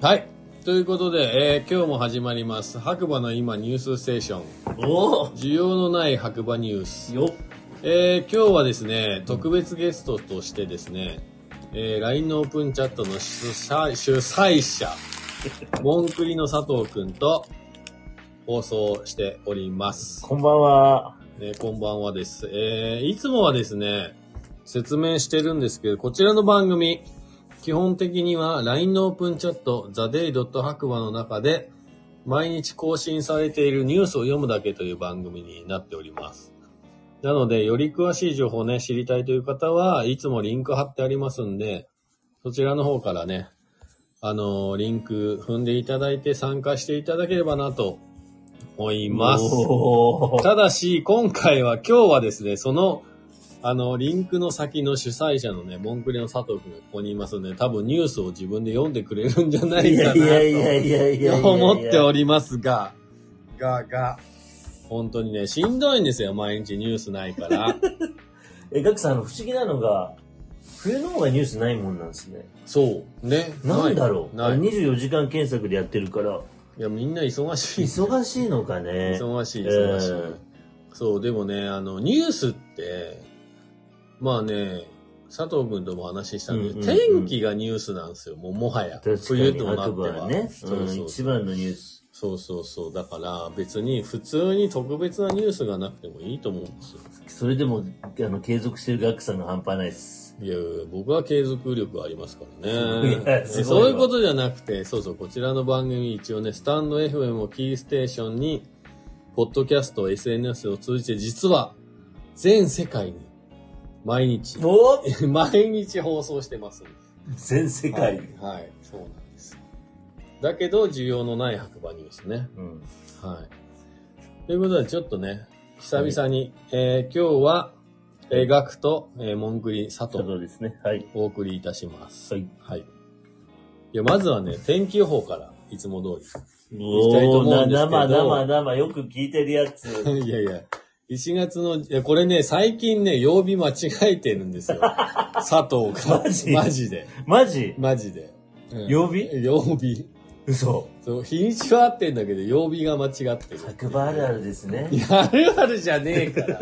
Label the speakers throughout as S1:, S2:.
S1: はい。ということで、えー今日も始まります。白馬の今ニュースステーション。
S2: おお
S1: 需要のない白馬ニュース。
S2: よっ
S1: えー今日はですね、特別ゲストとしてですね、えー LINE のオープンチャットの主催主催者、モンクリの佐藤くんと放送しております。
S2: こんばんは。
S1: ね、こんばんはです。えーいつもはですね、説明してるんですけど、こちらの番組、基本的には LINE のオープンチャット、ザデイドット白馬の中で、毎日更新されているニュースを読むだけという番組になっております。なので、より詳しい情報をね、知りたいという方はいつもリンク貼ってありますんで、そちらの方からね、あのーリンク踏んでいただいて参加していただければなと思います。
S2: お ー
S1: ただし、今回は、今日はですね、その、あの、リンクの先の主催者のね、モンクレの佐藤くんがここにいますので、多分ニュースを自分で読んでくれるんじゃない
S2: い
S1: かな
S2: や
S1: と
S2: いやいやいやいやいや。
S1: 思っておりますが、が、が、本当にね、しんどいんですよ、毎日ニュースない から。
S2: え、ガクさん、あの、不思議なのが、冬の方がニュースないもんなんですね。
S1: そう。ね。
S2: なんだろう。
S1: ないない。
S2: 24時間検索でやってるから、
S1: いや、みんな忙しい。
S2: 忙しいのかね。
S1: 忙しい、忙しい。
S2: えー
S1: そう、でもね、あの、ニュースって、まあね、佐藤君とも話したんで、
S2: うんうんうん
S1: 天気がニュースなんですよ、もうもはや。
S2: 確か
S1: 冬
S2: に、
S1: となって
S2: 白馬
S1: は。
S2: はね、
S1: そううんそう
S2: 一番のニュース。
S1: そうそうそう。だから別に普通に特別なニュースがなくてもいいと思うんですよ。
S2: それでも、あの、継続してるガクさんが半端ないです。
S1: いやいや僕は継続力ありますから
S2: いや
S1: ね。
S2: すごいわ
S1: そういうことじゃなくて、そうそう、こちらの番組一応ね、スタンド FM をキーステーションに、ポッドキャスト、SNS を通じて、実は、全世界に、毎日、
S2: おー
S1: 毎日放送してます。
S2: 全世
S1: は
S2: 界。
S1: い。はい。そうなんです。だけど、需要のない白馬ニュースね。
S2: うん。
S1: はい。ということで、ちょっとね、久々に、えー今日は、えー、ガクと、えー、モンクリ、佐
S2: そう
S1: 藤、
S2: ですね。はい。
S1: お送りいたします。
S2: はい。
S1: はい。いや、まずはね、天気予報から、いつも通行きたいと
S2: お
S1: 思うん
S2: ー、
S1: ですけど
S2: 生、生、生、よく 聞いてるやつ。
S1: り。いやいや、1月の、いや、これね、最近ね、曜日間違えてるん ですよ。佐藤が。
S2: マジ
S1: マジで。
S2: マジ
S1: マジで。うん
S2: 曜日
S1: 曜日。
S2: 嘘。
S1: そう、日にちは合ってんだけど、曜日が間違ってる。
S2: 白馬あるあるですね
S1: い。や、あるあるじゃねえ から。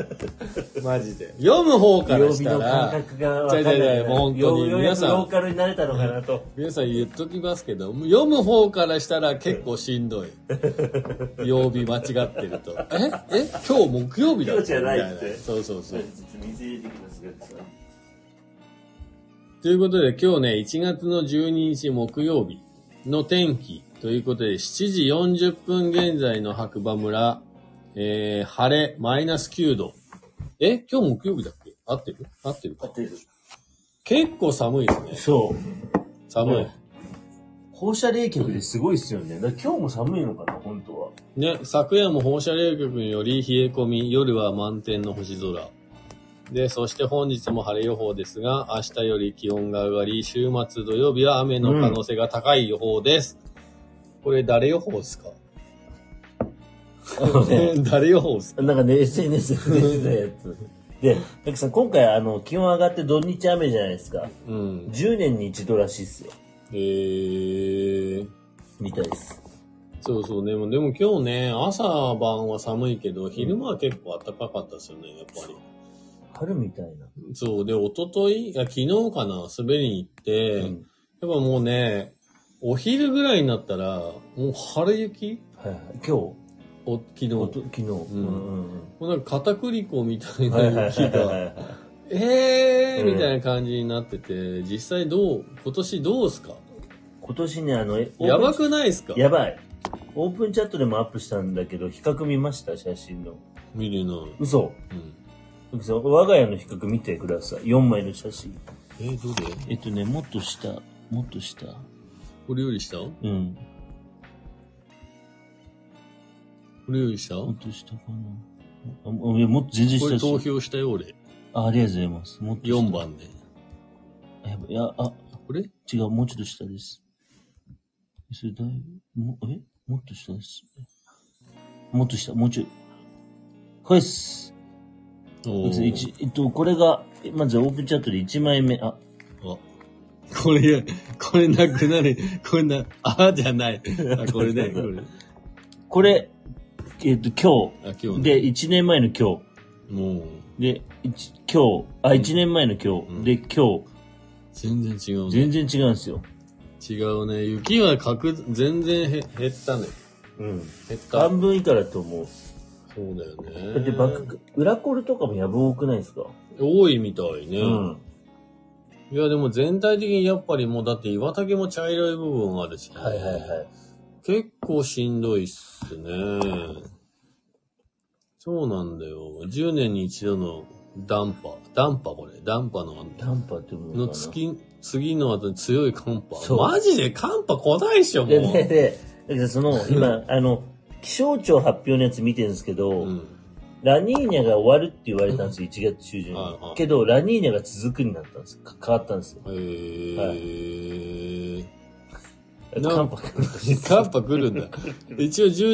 S1: マジで。読む方から
S2: 曜
S1: し
S2: 日
S1: た
S2: の感
S1: ら、
S2: 覚がわかんない
S1: じゃあじゃあ
S2: な。
S1: じゃあもう本当に
S2: よう
S1: 皆
S2: やく
S1: さん
S2: ローカルになれたのかなと。
S1: 皆さん言っときますけど、読む方からしたら結構しん どい。曜日間違ってると。ええ今日木曜日だ
S2: 今日じゃないって
S1: みたなそうそうそう。
S2: 水入れてきます
S1: ということで今日ね、1月の12日木曜日の天気ということで、7時40分現在の白馬村、えー、晴れ、マイナス9度。え今日木曜日だっけ合ってる合ってるか
S2: ってる。
S1: 結構寒いですね。
S2: そう。
S1: 寒い。
S2: 放射冷却ですごいっすよね。だから今日も寒いのかな、本当は。
S1: ね、昨夜も放射冷却により冷え込み、夜は満天の星空。で、そして本日も晴れ予報ですが、明日より気温が上がり、週末土曜日は雨の可能性が高い予報です。これ誰予報ですか 誰予報ですか
S2: なんかね、SNS で出てたやつ。 で、たくさん、今回、あの、気温上がって土日雨じゃないですか。
S1: うん。
S2: 10年に一度らしいっすよ。
S1: えー、
S2: みたいです。
S1: そうそう、でも、でも今日ね、朝晩は寒いけど、昼間は結構暖かかったですよね、やっぱり。
S2: 春みたいな。
S1: そう、で、一昨日いや昨日かな、滑りに行って、
S2: う
S1: や
S2: ん
S1: っぱもうね、お昼ぐらいになったら、もう晴れ雪
S2: はいはい。今日
S1: お昨日。
S2: お
S1: も
S2: と昨日。うんうんうん。
S1: うなんか片栗粉みたい
S2: はいはいは
S1: ない雪
S2: いは
S1: が、
S2: いは
S1: えー
S2: うん
S1: みたいな感じになってて、実際どう、今年どうすか
S2: い。今年ね、あの、え
S1: やば
S2: オープ
S1: くないっすか
S2: ンやばい。オープンチャットでもアップしたんだけど、比較見ました写真の。
S1: 見れない。
S2: 嘘。
S1: うん、
S2: 嘘我が家の比較見てください。4枚の写真。
S1: えーどれ
S2: えっとね、もっと下。もっと下。
S1: これより下こ
S2: うん。
S1: れより下
S2: も
S1: こ
S2: っと下かな。あいや、もっと全然下
S1: れ
S2: です
S1: 投票したよ、俺。
S2: あ。ありがとうございます。もっと下
S1: 4。番で。
S2: あやばいや、あ、
S1: これ
S2: 違う、もうちょっと下です。それだいも、えもっと下です。もっと下、もうちょい。これです。
S1: お
S2: 一えっと、これが、えまずオープンチャットで1枚目、あ、
S1: あ、これ、これなくなる、これな、ああじゃない。あ、これね、これ。
S2: これ、えっ、と、
S1: あ、今
S2: 今
S1: 日
S2: 日。
S1: ね。
S2: で、1年前の今
S1: もう、
S2: 日。で、一今日、あ、1年前の今日。
S1: うん
S2: で、今
S1: 全然違う
S2: 日、
S1: ね。
S2: 全然違うんですよ。
S1: 違うね。雪はかく、全然へ減ったね。
S2: うん。
S1: 減った。
S2: 半分以下だと思う。
S1: そうだよね。
S2: だってバック、裏コルとかもやぶ多くないですか
S1: 多いみたいね。
S2: うん。
S1: いや、でも全体的にやっぱりもう、だって岩竹も茶色い部分あるし、
S2: はいはいはい。
S1: 結構しんどいっすね。そうなんだよ。10年に一度のダンパ。ダンパこれ。ダンパの、
S2: 短波って部分かな。
S1: の次、次の後に強い寒波。
S2: そう
S1: マジで寒波来ないっしょ、も
S2: で、で、
S1: う。
S2: で、だけどその、 今、あの、気象庁発表のやつ見てるんですけど、
S1: うん。
S2: ラニーニャが終わるって言われたんですよ、1月中旬
S1: はいはい
S2: に。けど、ラニーニャが続くになったんです。か変わったんですよ。
S1: えー。
S2: は
S1: な
S2: 寒波が来るんですよ
S1: 寒波来るん だ。一応10時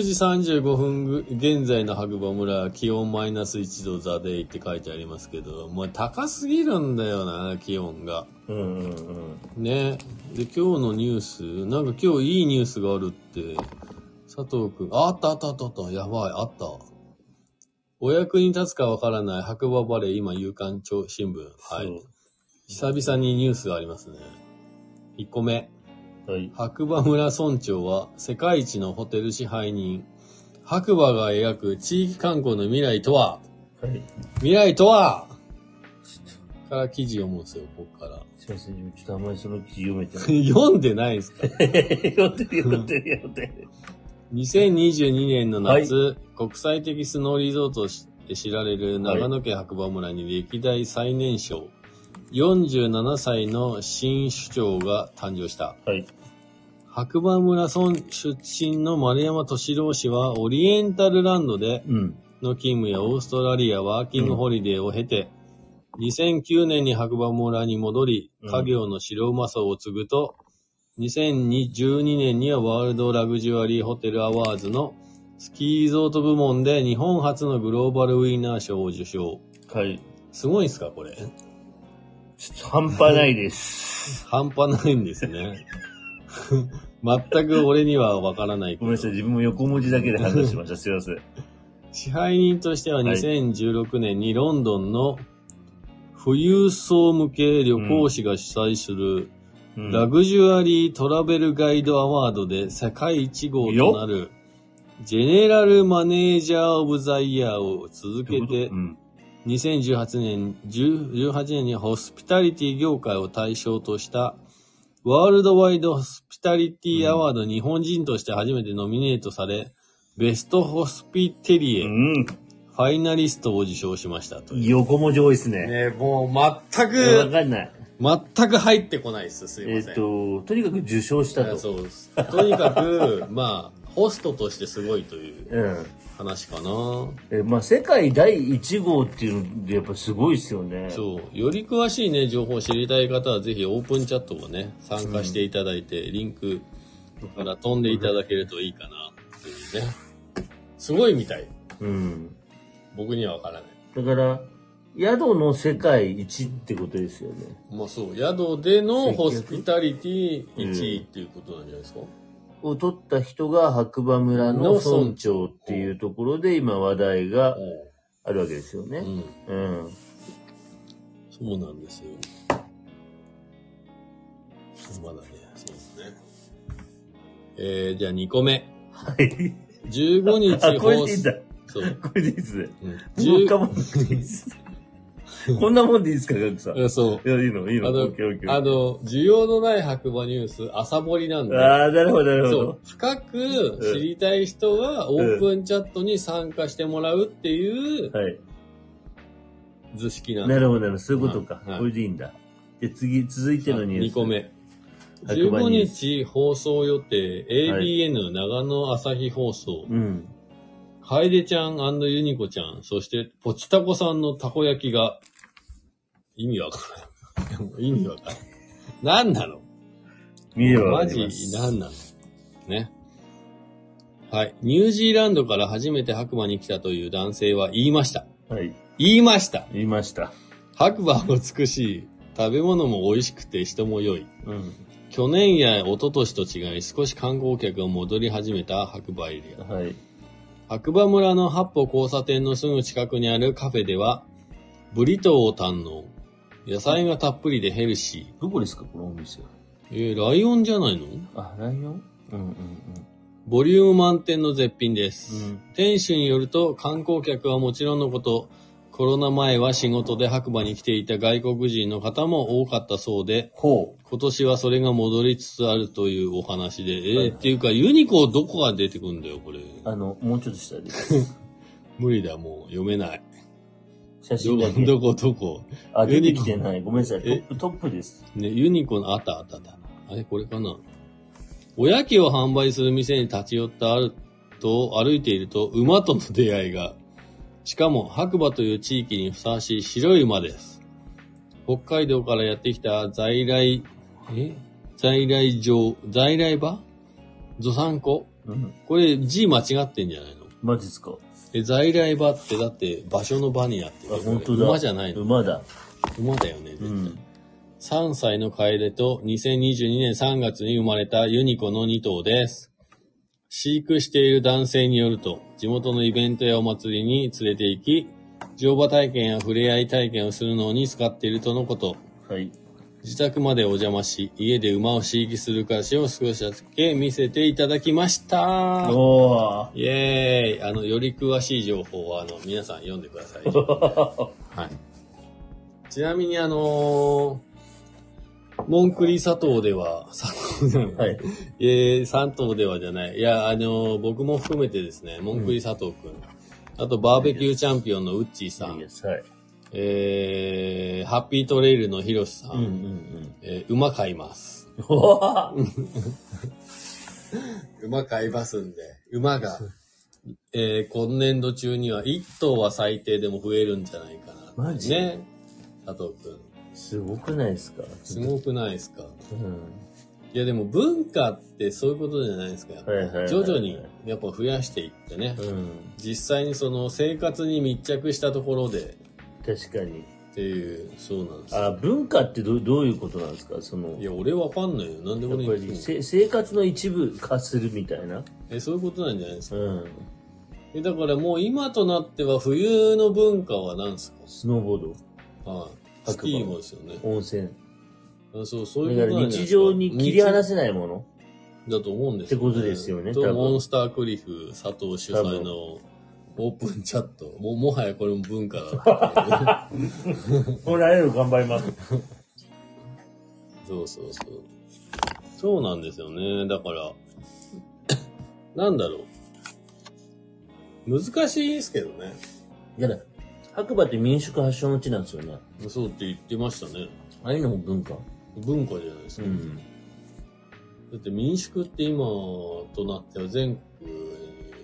S1: 35分ぐ現在の白馬村、気温マイナス1度ザデイって書いてありますけど、もう高すぎるんだよな、気温が。
S2: うんうんうん。
S1: ね。で、今日のニュース、なんか今日いいニュースがあるって、佐藤くん、ああったあったあったあった、やばい、あった。お役に立つかわからない白馬バレー、今、夕刊朝新聞。は
S2: そう
S1: い。。久々にニュースがありますね。1個目。
S2: はい。
S1: 白馬村村長は世界一のホテル支配人。白馬が描く地域観光の未来とは
S2: はい。
S1: 未来とはから記事読むんですよ、ここから。
S2: すいません、ちょっとあんまりその記事読めてない。
S1: 読んでないですか
S2: 読んでる読んでる読んでる。
S1: ?2022 年の夏、国際的スノーリゾートとして知られる長野県白馬村に歴代最年少、47歳の新首長が誕生した。
S2: はい。
S1: 白馬村村出身の丸山敏郎氏はオリエンタルランドで
S2: うん。
S1: の勤務やオーストラリアワーキングホリデーを経て、2009年に白馬村に戻り、
S2: うん
S1: 家業の白馬荘を継ぐと、2012年にはワールドラグジュアリーホテルアワーズのスキーリゾート部門で日本初のグローバルウィーナー賞を受賞。
S2: はい。
S1: すごいんすかこれ。
S2: ちょっと半端ないです。
S1: 半端ないんですね。 全く俺にはわからないけど
S2: ごめんなさい、自分も横文字だけで判断してました。すいません。
S1: 支配人としては
S2: はい
S1: 2016年にロンドンの富裕層向け旅行士が主催する
S2: うん
S1: ラグジュアリートラベルガイドアワードで世界一号となるジェネラルマネージャーオブザイヤーを続けて
S2: うん。
S1: 2018年、10 18年にホスピタリティ業界を対象としたワールドワイドホスピタリティアワード日本人として初めてノミネートされ、ベストホスピテリエ、
S2: うん。
S1: ファイナリストを受賞しましたという。
S2: 横文字多いですね。
S1: ね、もう全
S2: いやわ
S1: く、
S2: かんない。
S1: 全く入ってこないです。すい
S2: え
S1: ま
S2: っ
S1: せん。
S2: と、とにかく受賞した
S1: あ
S2: と。
S1: そうです。とにかく、 まあ、ホストとしてすごいという
S2: うん。
S1: 話かな。
S2: え、まあ、世界第1号っていうので、やっぱすごいですよね。
S1: そう。より詳しいね、情報を知りたい方は、ぜひオープンチャットもね、参加していただいて、リンクから飛んでいただけるといいかな、というね。すごいみたい。
S2: うん。
S1: 僕にはわからない。
S2: だから、宿の世界一ってことですよね。
S1: まあそう、宿でのホスピタリティ1位っていうことなんじゃないですか。
S2: を取った人が白馬村の村長っていうところで今話題があるわけですよ
S1: う
S2: ね。
S1: ん。
S2: うん。
S1: そうなんですよ。まだね、そうですね。えー、じゃあ2個目。
S2: はい。
S1: 15日
S2: あ、これ
S1: 放
S2: でいいん
S1: 送
S2: だ。。
S1: そう。
S2: これでいいですね。
S1: うん
S2: もう一
S1: 10
S2: 回もなくていいです。 こんなもんでいいですか、ガクさん。い
S1: うんそう。
S2: や、いいの、いいの。
S1: あの
S2: オッケーオッケー
S1: あの、需要のない白馬ニュース、朝掘りなんで。
S2: あー、なるほど、なるほ
S1: そ
S2: ど
S1: う。。深く知りたい人は、オープンチャットに参加してもらうっていう
S2: はい。
S1: 図式なん
S2: な
S1: で
S2: るほど、なるほど。そういうことか。
S1: はい
S2: これでいいんだ。で、次、続い
S1: す。
S2: てのニュース。
S1: 2個。目。
S2: 白馬
S1: 15
S2: ニュース
S1: 日放送予定、
S2: はい
S1: ABN 長野朝日放送、
S2: うん。
S1: 楓ちゃんユニコちゃん、そしてポチタコさんのたこ焼きが、意味わからん。意味わからん。何なの
S2: 見ればわ
S1: マ
S2: かります
S1: ジ、何なのね。はい。ニュージーランドから初めて白馬に来たという男性は言いました。
S2: はい。
S1: 言いました。
S2: 言いました。
S1: 白馬の美しい食べ物も美味しくて人も良い。
S2: うん。
S1: 去年や一昨年と違い、少し観光客が戻り始めた白馬エリア。
S2: はい。
S1: 白馬村の八歩交差点のすぐ近くにあるカフェでは、ブリトーを堪能。野菜がたっぷりでヘルシ
S2: どこですか、このお店。
S1: ー。えーライオンじゃないの
S2: あ、ライオンうんうん
S1: ボリューム満点の絶品です。
S2: うん。うん。
S1: 店主によると観光客はもちろんのこと、コロナ前は仕事で白馬に来ていた外国人の方も多かったそうで、
S2: ほ
S1: 今年はそれが戻りつつあるというお話で、えー
S2: はい
S1: っていうかユニコどこが出てくんだよ、これ。
S2: う。あの、もうちょっと下です。
S1: 無理だ、もう読めない。
S2: 写真だけ
S1: ど、。どこ、どこ。
S2: あ、出てきてない。ごめんなさい。ト
S1: え
S2: ップ、トップです。
S1: ね、ユニコの、あったあったあった。あれ、これかな。おやきを販売する店に立ち寄ったあると、歩いていると、馬との出会いが。しかも、白馬という地域にふさわしい白い馬です。北海道からやってきた在来、え在来場、在来馬ゾサンコ
S2: うん。
S1: これ字間違ってんじゃないの
S2: マジっすか。
S1: え、在来馬ってだって場所の場になってる
S2: あ、本当だ。
S1: 馬じゃないの
S2: 馬だ。
S1: 馬だよね、絶
S2: う
S1: 対。
S2: ん。
S1: 3歳のカエデと2022年3月に生まれたユニコの2頭です。飼育している男性によると、地元のイベントやお祭りに連れて行き、乗馬体験や触れ合い体験をするのに使っているとのこと。
S2: はい。
S1: 自宅までお邪魔し、家で馬を飼育する暮らしを少しだけ見せていただきました。
S2: おー。
S1: イエーイあの、より詳しい情報は、あの、皆さん読んでくだ さい。はい。ちなみに、あのー、モンクリ佐藤では、佐藤じゃない、
S2: はい。
S1: えー、佐藤ではじゃない。いや、あのー僕も含めてですね、モンクリ佐藤くん。あと、バーベキューチャンピオンのウッチーさ
S2: いい
S1: ん
S2: で。すはい。
S1: えー、ハッピートレイルのヒロシさん。
S2: うんうんうん。
S1: えー馬買います。
S2: おー
S1: 馬買いますんで、馬が、 えー今年度中には1頭は最低でも増えるんじゃないかな。
S2: マジ
S1: ね。佐藤くん。
S2: すごくないですか
S1: すごくないですか
S2: うん。
S1: いやでも文化ってそういうことじゃないですか。やっぱ
S2: はいはいはいはい
S1: 徐々にやっぱ増やしていってね。
S2: うん。
S1: 実際にその生活に密着したところで
S2: 確かに。
S1: っていう、そうなんですよ。
S2: あ、文化ってどどういうことなんですかその。
S1: いや、俺わかんないよ。なんで
S2: やっ
S1: 俺
S2: ぱ
S1: に聞く
S2: り
S1: の
S2: せ生活の一部化するみたいな。
S1: え、そういうことなんじゃないですか。
S2: うん。
S1: え、だからもう今となっては冬の文化は何ですか
S2: スノーボー
S1: はい。スキーもですよね。
S2: ド、温泉。
S1: あそう、そういう
S2: だ
S1: こと
S2: から
S1: なんじゃないで
S2: 日
S1: すか
S2: 常に切り離せないもの。
S1: だと思うんですよ、
S2: ってことですよね多
S1: と
S2: 分
S1: モンスタークリフ佐藤主催のオープンチャット。もうもはやこれも文化だ。
S2: これ、あれを頑張ります。
S1: そうそうそう。そうなんですよね。だから、 なんだろう。難しいですけどね。
S2: だから、白馬って民宿発祥の地なんですよね。
S1: そうって言ってましたね。
S2: ああいうのも文化。
S1: 文化じゃないですか。
S2: ん。
S1: だって民宿って今となっては全国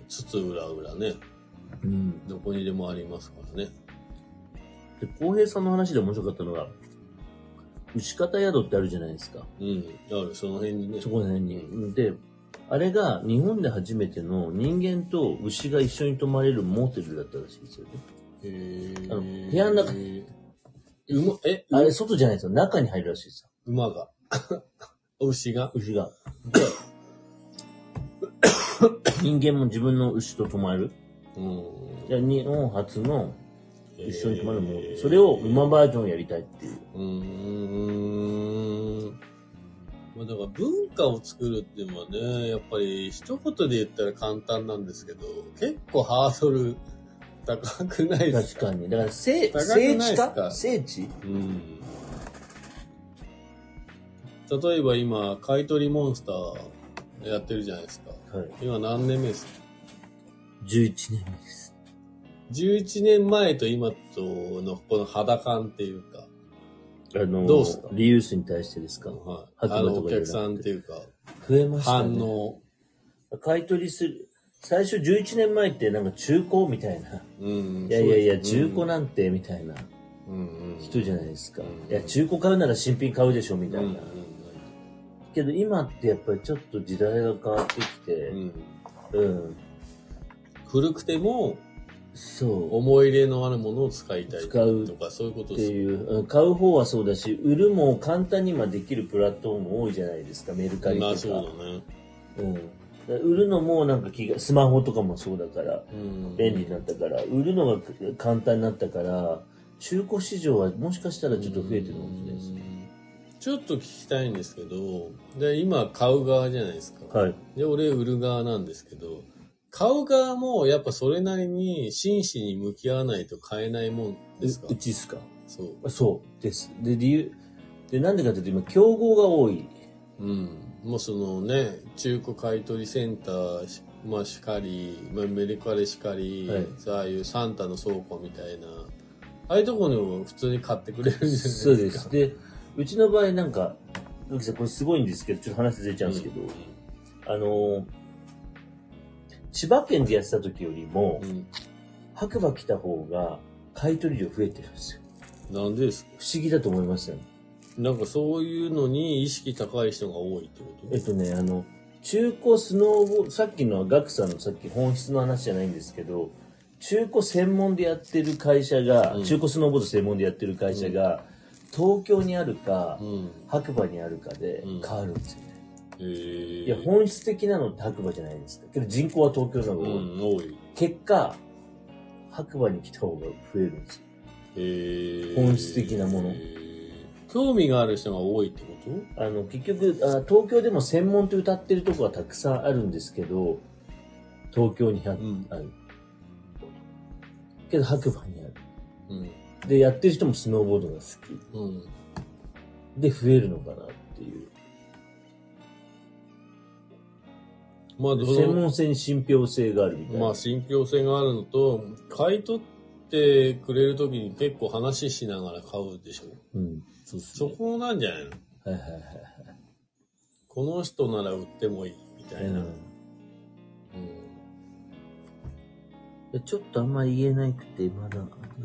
S1: つつ裏裏ね。
S2: うん。
S1: どこにでもありますからね。
S2: で、浩平さんの話で面白かったのが、牛方宿ってあるじゃないですか。
S1: うん。ある、その辺にね。
S2: そこら辺に。で、あれが日本で初めての人間と牛が一緒に泊まれるモテルだったらしいですよね。
S1: へ
S2: あの
S1: ー
S2: 部屋の中
S1: 馬、え、
S2: あれ、外じゃないですよ。中に入るらしいですよ。
S1: 馬が。 牛が。
S2: 牛が。で人間も自分の牛と泊まる。
S1: うん。
S2: じゃあ日本初の一緒に泊まるもの、
S1: えー
S2: それを馬バージョンやりたいっていう。
S1: うーん。まあだから文化を作るっていうのはね、やっぱり一言で言ったら簡単なんですけど、結構ハードル高くないです
S2: 確
S1: か
S2: かに。だから聖、
S1: 高くない
S2: 聖
S1: です
S2: 地
S1: か
S2: か聖地
S1: うん。例えば今、買い取りモンスターやってるじゃないですか。
S2: はい。
S1: 今何年目ですか
S2: 11年目です。
S1: 11年前と今とのこの肌感っていうか、
S2: あのー、
S1: どうっすか
S2: リユースに対してですか
S1: はい、
S2: 白馬
S1: あの
S2: と
S1: お
S2: かじゃな
S1: 客
S2: くて
S1: さんっていうか、
S2: 増えました
S1: 反
S2: ね。
S1: 応。
S2: 買い取りする。最初11年前ってなんか中古みたいな。
S1: うん、
S2: いやいやいや、
S1: そうです
S2: 中古、なんてみたいな
S1: うんうんうん、
S2: 人じゃないですか。
S1: うん
S2: いや、中古買うなら新品買うでしょみたいな。
S1: う
S2: けど今ってやっぱりちょっと時代が変わってきて、
S1: んうんうん
S2: うん。
S1: 古くても
S2: そ
S1: 思い入れのあるものを使いたい
S2: 使う
S1: とか、そういうこ
S2: う。
S1: と
S2: って
S1: ですね。
S2: いう、うん買う方はそうだし、売るも簡単に今できるプラットフォーム多いじゃないですか、メルカリと
S1: ま
S2: か。
S1: あそうだね。
S2: うん。だから売るのもなんか気が、スマホとかもそうだから、
S1: うん。
S2: 便利になったから、売るのが簡単になったから、中古市場はもしかしたらちょっと増えてるかもしれないですね。
S1: ちょっと聞きたいんですけど、で、今買う側じゃないですか。
S2: はい。
S1: で、俺売る側なんですけど、買う側もやっぱそれなりに真摯に向き合わないと買えないもんですか
S2: ううちですか
S1: そう。
S2: そうです。で、理由、で、なんでかというと今、競合が多 い。
S1: うん。もうそのね、中古買い取りセンターし、まあしかり、まあメルカリしかり、
S2: はい
S1: ああいうサンタの倉庫みたいな、ああいうところにも普通に買ってくれるんじゃないです
S2: そ
S1: か。
S2: うです。で、うちの場合なんか、野木さんこれすごいんですけど、ちょっと話ずれちゃうんですけど、あのー千葉県でやってた時よりも、
S1: うん。うん
S2: 白馬来た方が買い取り量増えてるんですよ。
S1: なんでですか
S2: 不思議だと思いますよね。
S1: なんかそういうのに意識高い人が多いってこと
S2: えっとね、あの、中古スノーボーさっきのガクさんのさっき本質の話じゃないんですけど、中古専門でやってる会社が、
S1: うん
S2: 中古スノーボード専門でやってる会社が、東京にあるか、
S1: うん。
S2: 白馬にあるかで
S1: うん
S2: 変わるんですよね。
S1: えー、
S2: いや、本質的なのって白馬じゃないですか。けど人口は東京の方
S1: う
S2: が多い。
S1: ん、多い。
S2: 結果、白馬に来た方が増えるんですよ。
S1: えー、
S2: 本質的なもの
S1: えー興味がある人が多いってこと
S2: あの、結局あ、東京でも専門と歌ってるとこはたくさんあるんですけど、東京にあ
S1: ん
S2: ある。けど白馬にある。
S1: うん。
S2: で、やってる人もスノーボードが好き。
S1: うん。
S2: で、増えるのかなっていう。
S1: まあ、どの
S2: 専門性に信憑性があるみたいな。
S1: まあ、信憑性があるのと、買い取ってくれるときに結構話しながら買うでしょ。
S2: うん。そうそ。
S1: そうこなんじゃないの
S2: はいはいはい。
S1: この人なら売ってもいい、みたいな。うん
S2: うんちょっとあんまり言えないくて、まだ、た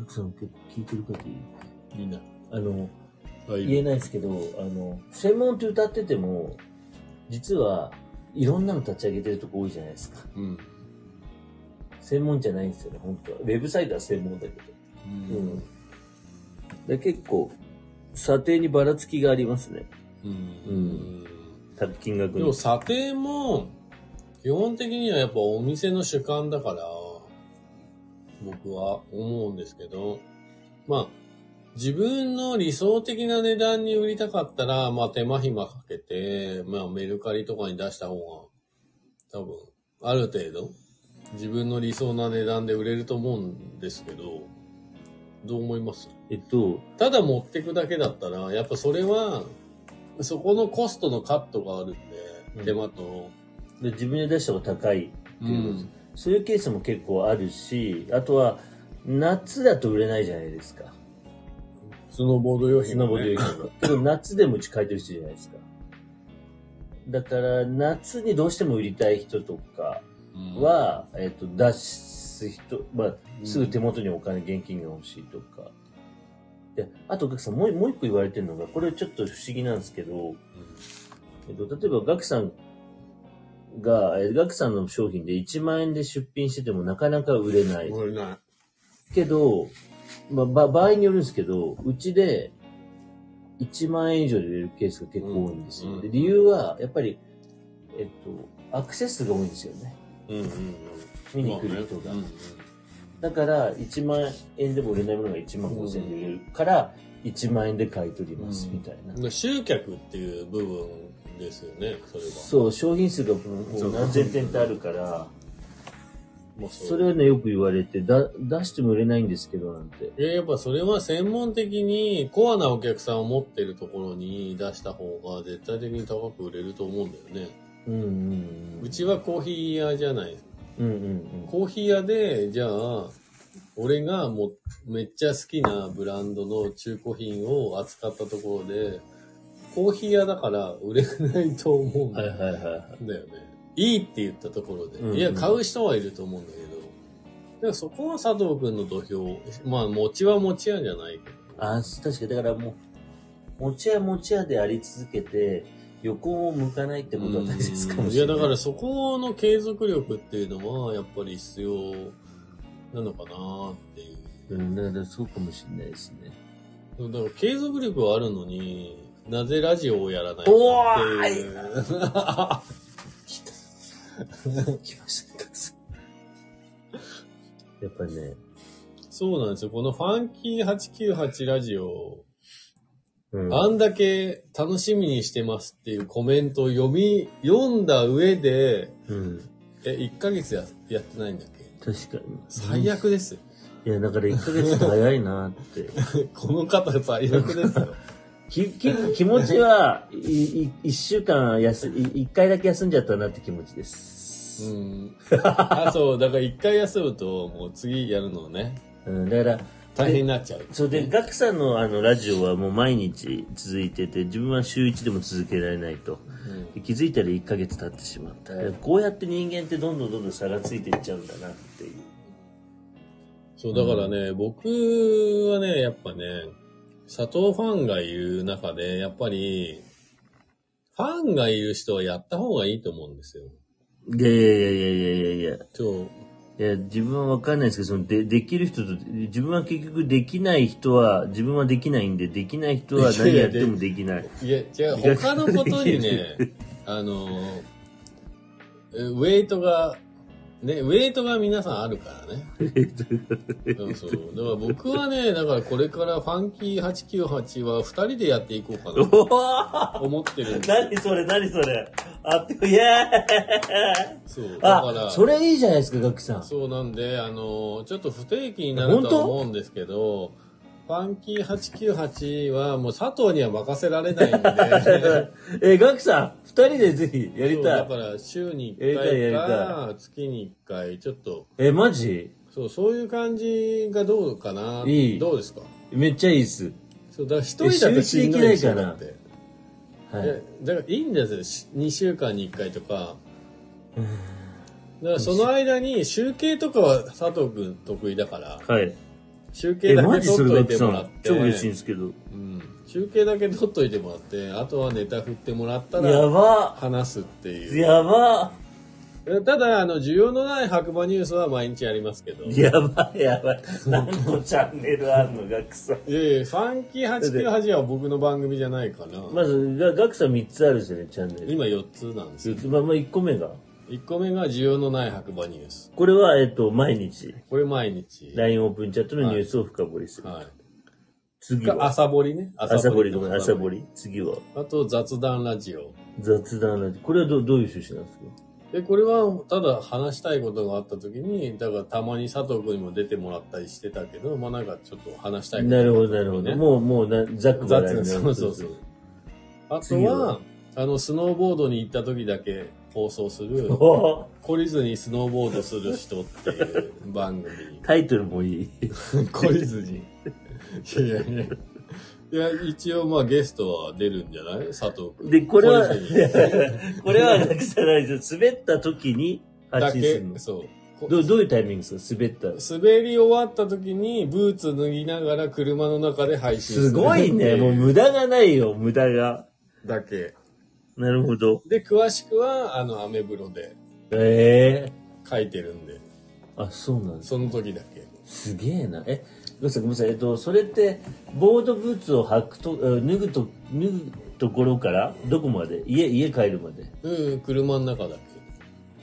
S2: くさん結構聞いてるかという。
S1: みんな。
S2: あの、
S1: あいい
S2: 言えないですけど、あの、専門って歌ってても、実はいろんなの立ち上げてるとこ多いじゃないですか。
S1: うん。
S2: 専門じゃないんですよね、本当は。ウェブサイトは専門だけど。
S1: う
S2: うん
S1: ん。。
S2: で結構、査定にばらつきがありますね。
S1: う。
S2: うん金額
S1: でも、査定も、基本的にはやっぱお店の主観だから、僕は思うんですけど、まあ、自分の理想的な値段に売りたかったら、まあ手間暇かけて、まあメルカリとかに出した方が、多分、ある程度、自分の理想な値段で売れると思うんですけど、どう思います
S2: えっと、
S1: ただ持ってくだけだったら、やっぱそれは、そこのコストのカットがあるんで、
S2: うん
S1: 手間と。
S2: で自分で出した方が高いっていうことです、
S1: うん
S2: そういうケースも結構あるし、あとは、夏だと売れないじゃないですか。
S1: スノーボード用
S2: ス
S1: 品、
S2: ノボで言うけど。夏でもうち書いてる人じゃないですか。だから、夏にどうしても売りたい人とか
S1: うん、
S2: は、えっと、出す人、まあ、
S1: うん
S2: すぐ手元にお金、現金が欲しいとか。で、あと、ガクさん、もうもう一個言われてるのが、これちょっと不思議なんですけど、えっと、例えば、ガクさんが、えガクさんの商品で1万円で出品しててもなかなか売れない。
S1: これな
S2: けど、まあ、ば場合によるんですけど、うちで1万円以上で売れるケースが結構多いんですよ。
S1: うん
S2: で理由は、やっぱり、えっと、アクセスが多いんですよね。
S1: い。うんうんうん。
S2: 見に来る人が。
S1: まあね
S2: だから、1万円でも売れないものが1万5千円で売れるから、1万円で買い取ります、
S1: うん
S2: みたい
S1: う
S2: な
S1: んう。んで集客っていう部分ですよね、それは。
S2: そう、商品数がもうもう何千点ってあるから、
S1: まあ
S2: それはね、よく言われて、だ、出しても売れないんですけど、なんて。
S1: いややっぱそれは専門的にコアなお客さんを持ってるところに出した方が絶対的に高く売れると思うんだよね。
S2: うんうんうん。
S1: うちはコーヒー屋じゃない
S2: うんうんうん。
S1: コーヒー屋で、じゃあ、俺がもうめっちゃ好きなブランドの中古品を扱ったところで、コーヒー屋だから売れないと思うん
S2: は
S1: だ
S2: い
S1: よね。
S2: はいはいはい。
S1: いいって言ったところで。
S2: うんうん
S1: いや、買う人はいると思うんだけど。でもそこは佐藤くんの土俵。まあ、持ちは持ち屋じゃないけど。
S2: あ、確かに、だからもう、持ち屋持ち屋であり続けて、横を向かないってことは大切かもしれな
S1: うんいや、だ
S2: い。
S1: からそこの継続力っていうのは、やっぱり必要なのかなーっていう。
S2: うん、だからそうかもしれないですね。
S1: でもだから継続力はあるのに、なぜラジオをやらないか
S2: お
S1: っていう。
S2: 来ましたね。やっぱりね、
S1: そうなんですよ。このファンキー898ラジオ、
S2: うん、
S1: あんだけ楽しみにしてますっていうコメントを読み、読んだ上で、
S2: うん、
S1: え、1ヶ月ややってないんだっけ
S2: 確かに。
S1: 最悪ですよ。
S2: いや、だから1ヶ月早いなって。
S1: この方最悪ですよ。
S2: き、き、気持ちは、い、い、一週間休、い一回だけ休んじゃったなって気持ちで
S1: う
S2: す。
S1: ん。 あ、そう、だから1回休むと、もう次やるのね、
S2: うん、だから、
S1: 大変になっちゃう。
S2: それで、ガクさんのあの、ラジオはもう毎日続いてて、自分は週1でも続けられないと。
S1: うん
S2: で気づいたら1ヶ月経ってしまった。こうやって人間ってどんどんどんどん差がついていっちゃうんだなっていう。
S1: そう、だからね、僕はね、やっぱね、佐藤ファンがいる中で、やっぱり、ファンがいる人はやった方がいいと思うんですよ。
S2: いやいやいやいやいやいやいや。
S1: そう。
S2: いや、自分はわかんないですけど、そので、できる人と、自分は結局できない人は、自分はできないんで、できない人は何やってもできない。
S1: いや、違う、他のことにね、あの、えウェイトが、ね、ウェイトが皆さんあるからね。うんそう。だから僕はね、だからこれからファンキー898は2人でやっていこうか
S2: お
S1: な
S2: お
S1: と思ってるんです よ。
S2: 何それ何それあっといやー
S1: そう。だから
S2: あ、それいいじゃないですか、ガ クさん。
S1: そうなんで、あの、ちょっと不定期になるとは思うんですけど、ファンキー898はもう佐藤には任せられ ないんで、
S2: えー、ガクさん、二人でぜひや
S1: そ
S2: り
S1: う
S2: た
S1: だ
S2: い
S1: か。ら週に
S2: やりた
S1: 1
S2: いや
S1: 回
S2: り
S1: か
S2: た
S1: 月に1回、ちょっと、
S2: えー、マジ
S1: そう、そういう感じがどうかないい
S2: い
S1: どうですか
S2: めっちゃいいっす。
S1: そう、だから一人だとしんどいしだって。
S2: はい
S1: やだからいいんですよ。2週間に1回とか。だからその間に集計とかは佐藤くん得意だから、
S2: はい。
S1: 集計
S2: え
S1: だ
S2: ー、マ
S1: け
S2: ジそ
S1: 取
S2: れ
S1: っとい
S2: ガク
S1: て
S2: さ
S1: もらっ
S2: ん。
S1: て、
S2: 超嬉しいんですけど。
S1: うん、集計だけ取っといてもらって、あとはネタ振ってもらった
S2: や
S1: ら
S2: ば
S1: 話すっていう。
S2: やば
S1: ただ、あの、需要のない白馬ニュースは毎日やりますけど。
S2: やばいやばい。何のチャンネルあんの、ガクさん。
S1: いやいや、ファンキー898は僕の番組じゃないかな。
S2: まず、ガガクさん3つあるんですよね、チャンネル。
S1: 今4つなんですよ。
S2: まあ、まあ、1個目が。
S1: 1個目が需要のない白馬ニュース。
S2: これは、えっと、毎日、
S1: これ毎日。
S2: LINE オープンチャットのニュースを深掘りする。
S1: はい。
S2: 次
S1: が
S2: は、
S1: 朝掘りね。
S2: 朝掘りとか、
S1: 朝
S2: 朝
S1: 掘
S2: 掘
S1: り。
S2: り。次は、
S1: あと雑談ラジオ。
S2: 雑談なんて。これはどどういう趣旨なんですか
S1: で、これはただ話したいことがあった時に、だからたまに佐藤くんにも出てもらったりしてたけど、まあなんかちょっと話したいことが
S2: なるほど、なるほ
S1: ね
S2: ど。もう、もうな、ざっくばら
S1: 雑
S2: んに
S1: そうそうそう。。あと
S2: 次
S1: は
S2: は、
S1: あの、スノーボードに行った時だけ放送する、
S2: おー
S1: 懲りずにスノーボードする人っていう番 組。
S2: タイトルもいい。
S1: 懲りずに。いやいやいや。いや、一応まあゲストは出るんじゃない佐藤くん。
S2: で、これは、
S1: 懲りずに
S2: これは、ガクさんなんですよ。滑った時に
S1: だ
S2: 発信す
S1: け
S2: るの、。
S1: そう。こ
S2: どうどういうタイミングですか滑ったら。
S1: 滑り終わった時にブーツ脱ぎながら車の中で配信する。
S2: すごいね。 もう無駄がないよ、無駄が。
S1: だけ。
S2: なるほど。
S1: で、詳しくは、あの、アメブロで
S2: ええ
S1: 書いてるんで、
S2: あ、そうなんです。
S1: その時だけ。
S2: すげえな。え、ごめんなさい、ごめんなさい。えっと、それって、ボードブーツを履くと、え脱ぐと、脱ぐところから、どこまで家、家帰るまで。
S1: うん、車の中だけ。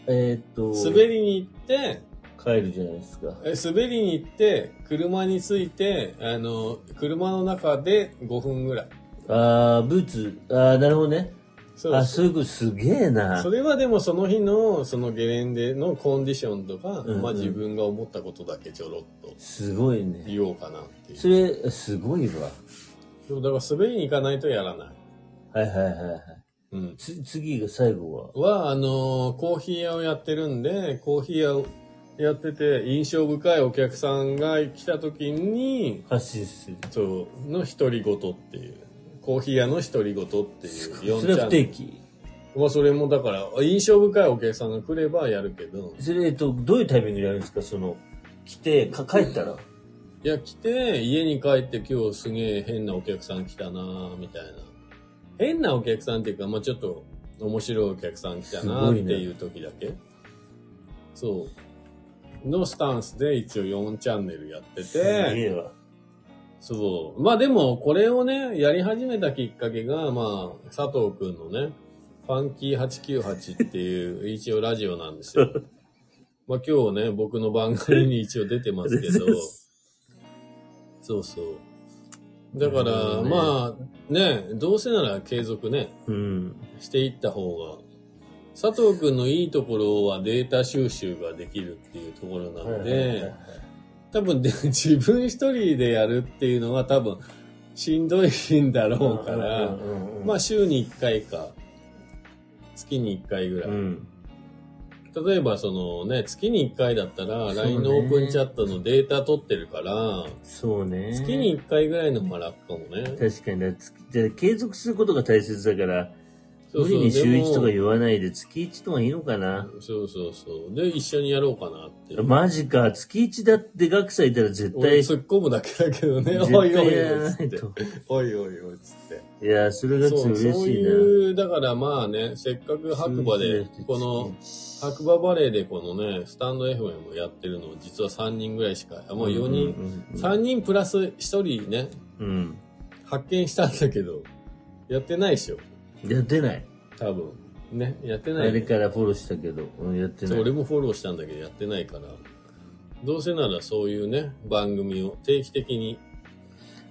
S2: えっと、
S1: 滑りに行って、
S2: 帰るじゃないですか。
S1: え滑りに行って、車に着いて、あの、車の中で5分ぐらい。
S2: あー、ブーツ、あー、なるほどね。
S1: そう
S2: あ、
S1: です
S2: そういうこと、すげえな
S1: そ。れはでもその日のそのゲレンデのコンディションとか、
S2: うんうん
S1: まあ自分が思ったことだけちょろっと
S2: すごいね。
S1: 言おうかなっていう。
S2: それ、すごいわ。
S1: でもだから滑りに行かないとやらない。
S2: はいはいはいはい。
S1: うん。
S2: つ、次が最後は。
S1: は、あのーコーヒー屋をやってるんで、コーヒー屋をやってて印象深いお客さんが来た時に、
S2: 発信する。
S1: そう、の独り言っていう。コーヒー屋の独り言っていう。
S2: それは不定
S1: 期。
S2: 期。
S1: まあそれもだから、印象深いお客さんが来ればやるけど、
S2: それ、えっと、どういうタイミングでやるんですかその、来て、か、帰ったら。
S1: いや、来て、家に帰って今日すげえ変なお客さん来たなぁみたいな。変なお客さんっていうか、まあちょっと面白いお客さん来たなぁ
S2: すご
S1: っ
S2: いね
S1: ていう時だけ。そう。のスタンスで一応4チャンネルやって
S2: すげ
S1: て、
S2: えわ。
S1: そう。まあでも、これをね、やり始めたきっかけが、まあ、佐藤くんのね、ファンキー898っていう、一応ラジオなん ですよ。まあ今日ね、僕の番組に一応出てます けど、そうそう。だか
S2: なるほ
S1: ら、
S2: どね
S1: まあ、ね、どうせなら継続ね、
S2: うん。
S1: していった方が、佐藤くんのいいところはデータ収集ができるっていうところなので、多分で自分一人でやるっていうのは多分しんどいんだろうから、まあ
S2: あ、
S1: 週に1回か、月に1回ぐらい。
S2: うん。
S1: 例えばそのね、月に1回だったら
S2: そうね
S1: LINE のオープンチャットのデータ取ってるから、
S2: そうね。
S1: 月に1回ぐらいの方が楽かもね。
S2: 確かにだ月じゃあ継続することが大切だから、
S1: そう
S2: 無
S1: そう
S2: 理に週
S1: でも
S2: 1とか言わないで、月1とかいいのかな。
S1: そうそうそう。で、一緒にやろうかなっていう。
S2: マジか、月1だって学祭いたら絶対、
S1: 俺
S2: 絶
S1: 突っ込むだけだけどね、お
S2: 対
S1: いおいおい
S2: や
S1: っ
S2: ら
S1: つ
S2: な
S1: っ
S2: い
S1: て。
S2: と。
S1: おいおいおいっつって。
S2: いや、それが
S1: そ
S2: 嬉
S1: う、そう
S2: しいな。
S1: いう、だからまあね、せっかく白馬で、この、白馬バレーでこのね、スタンド FM をやってるのを実は3人ぐらいしか、あもう4人、
S2: 人
S1: 3人プラス1人ね、
S2: うん。
S1: 発見したんだけど、やってないでしょ、
S2: いや、出ない。
S1: 多分。ね、やって
S2: あ
S1: ない、
S2: れからフォローしたけど、うんやって
S1: そ
S2: な
S1: う俺
S2: い。
S1: もフォローしたんだけどやってないから、どうせならそういうね、番組を定期的に、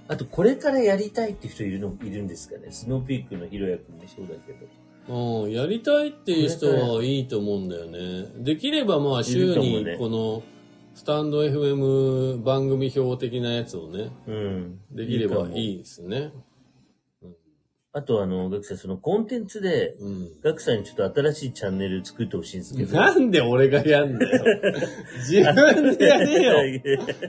S2: あと、これからやりたいって人いるの、いるんですかね。スノーピークのひろやくんもそうだけど。
S1: うん、やりたいっていう人はいいと思うんだよね。できればまあ週
S2: い
S1: に
S2: るか
S1: こ
S2: も
S1: のスタンド FM 番組表的なやつをね、
S2: うん。
S1: できれば
S2: いいかも。
S1: いいですね。
S2: あと、あの、ガクさん、そのコンテンツで、
S1: うん。
S2: ガクさんにちょっと新しいチャンネル作ってほしいんです けど。
S1: なんで俺がやんだ よ。自分でやれよ。
S2: よ。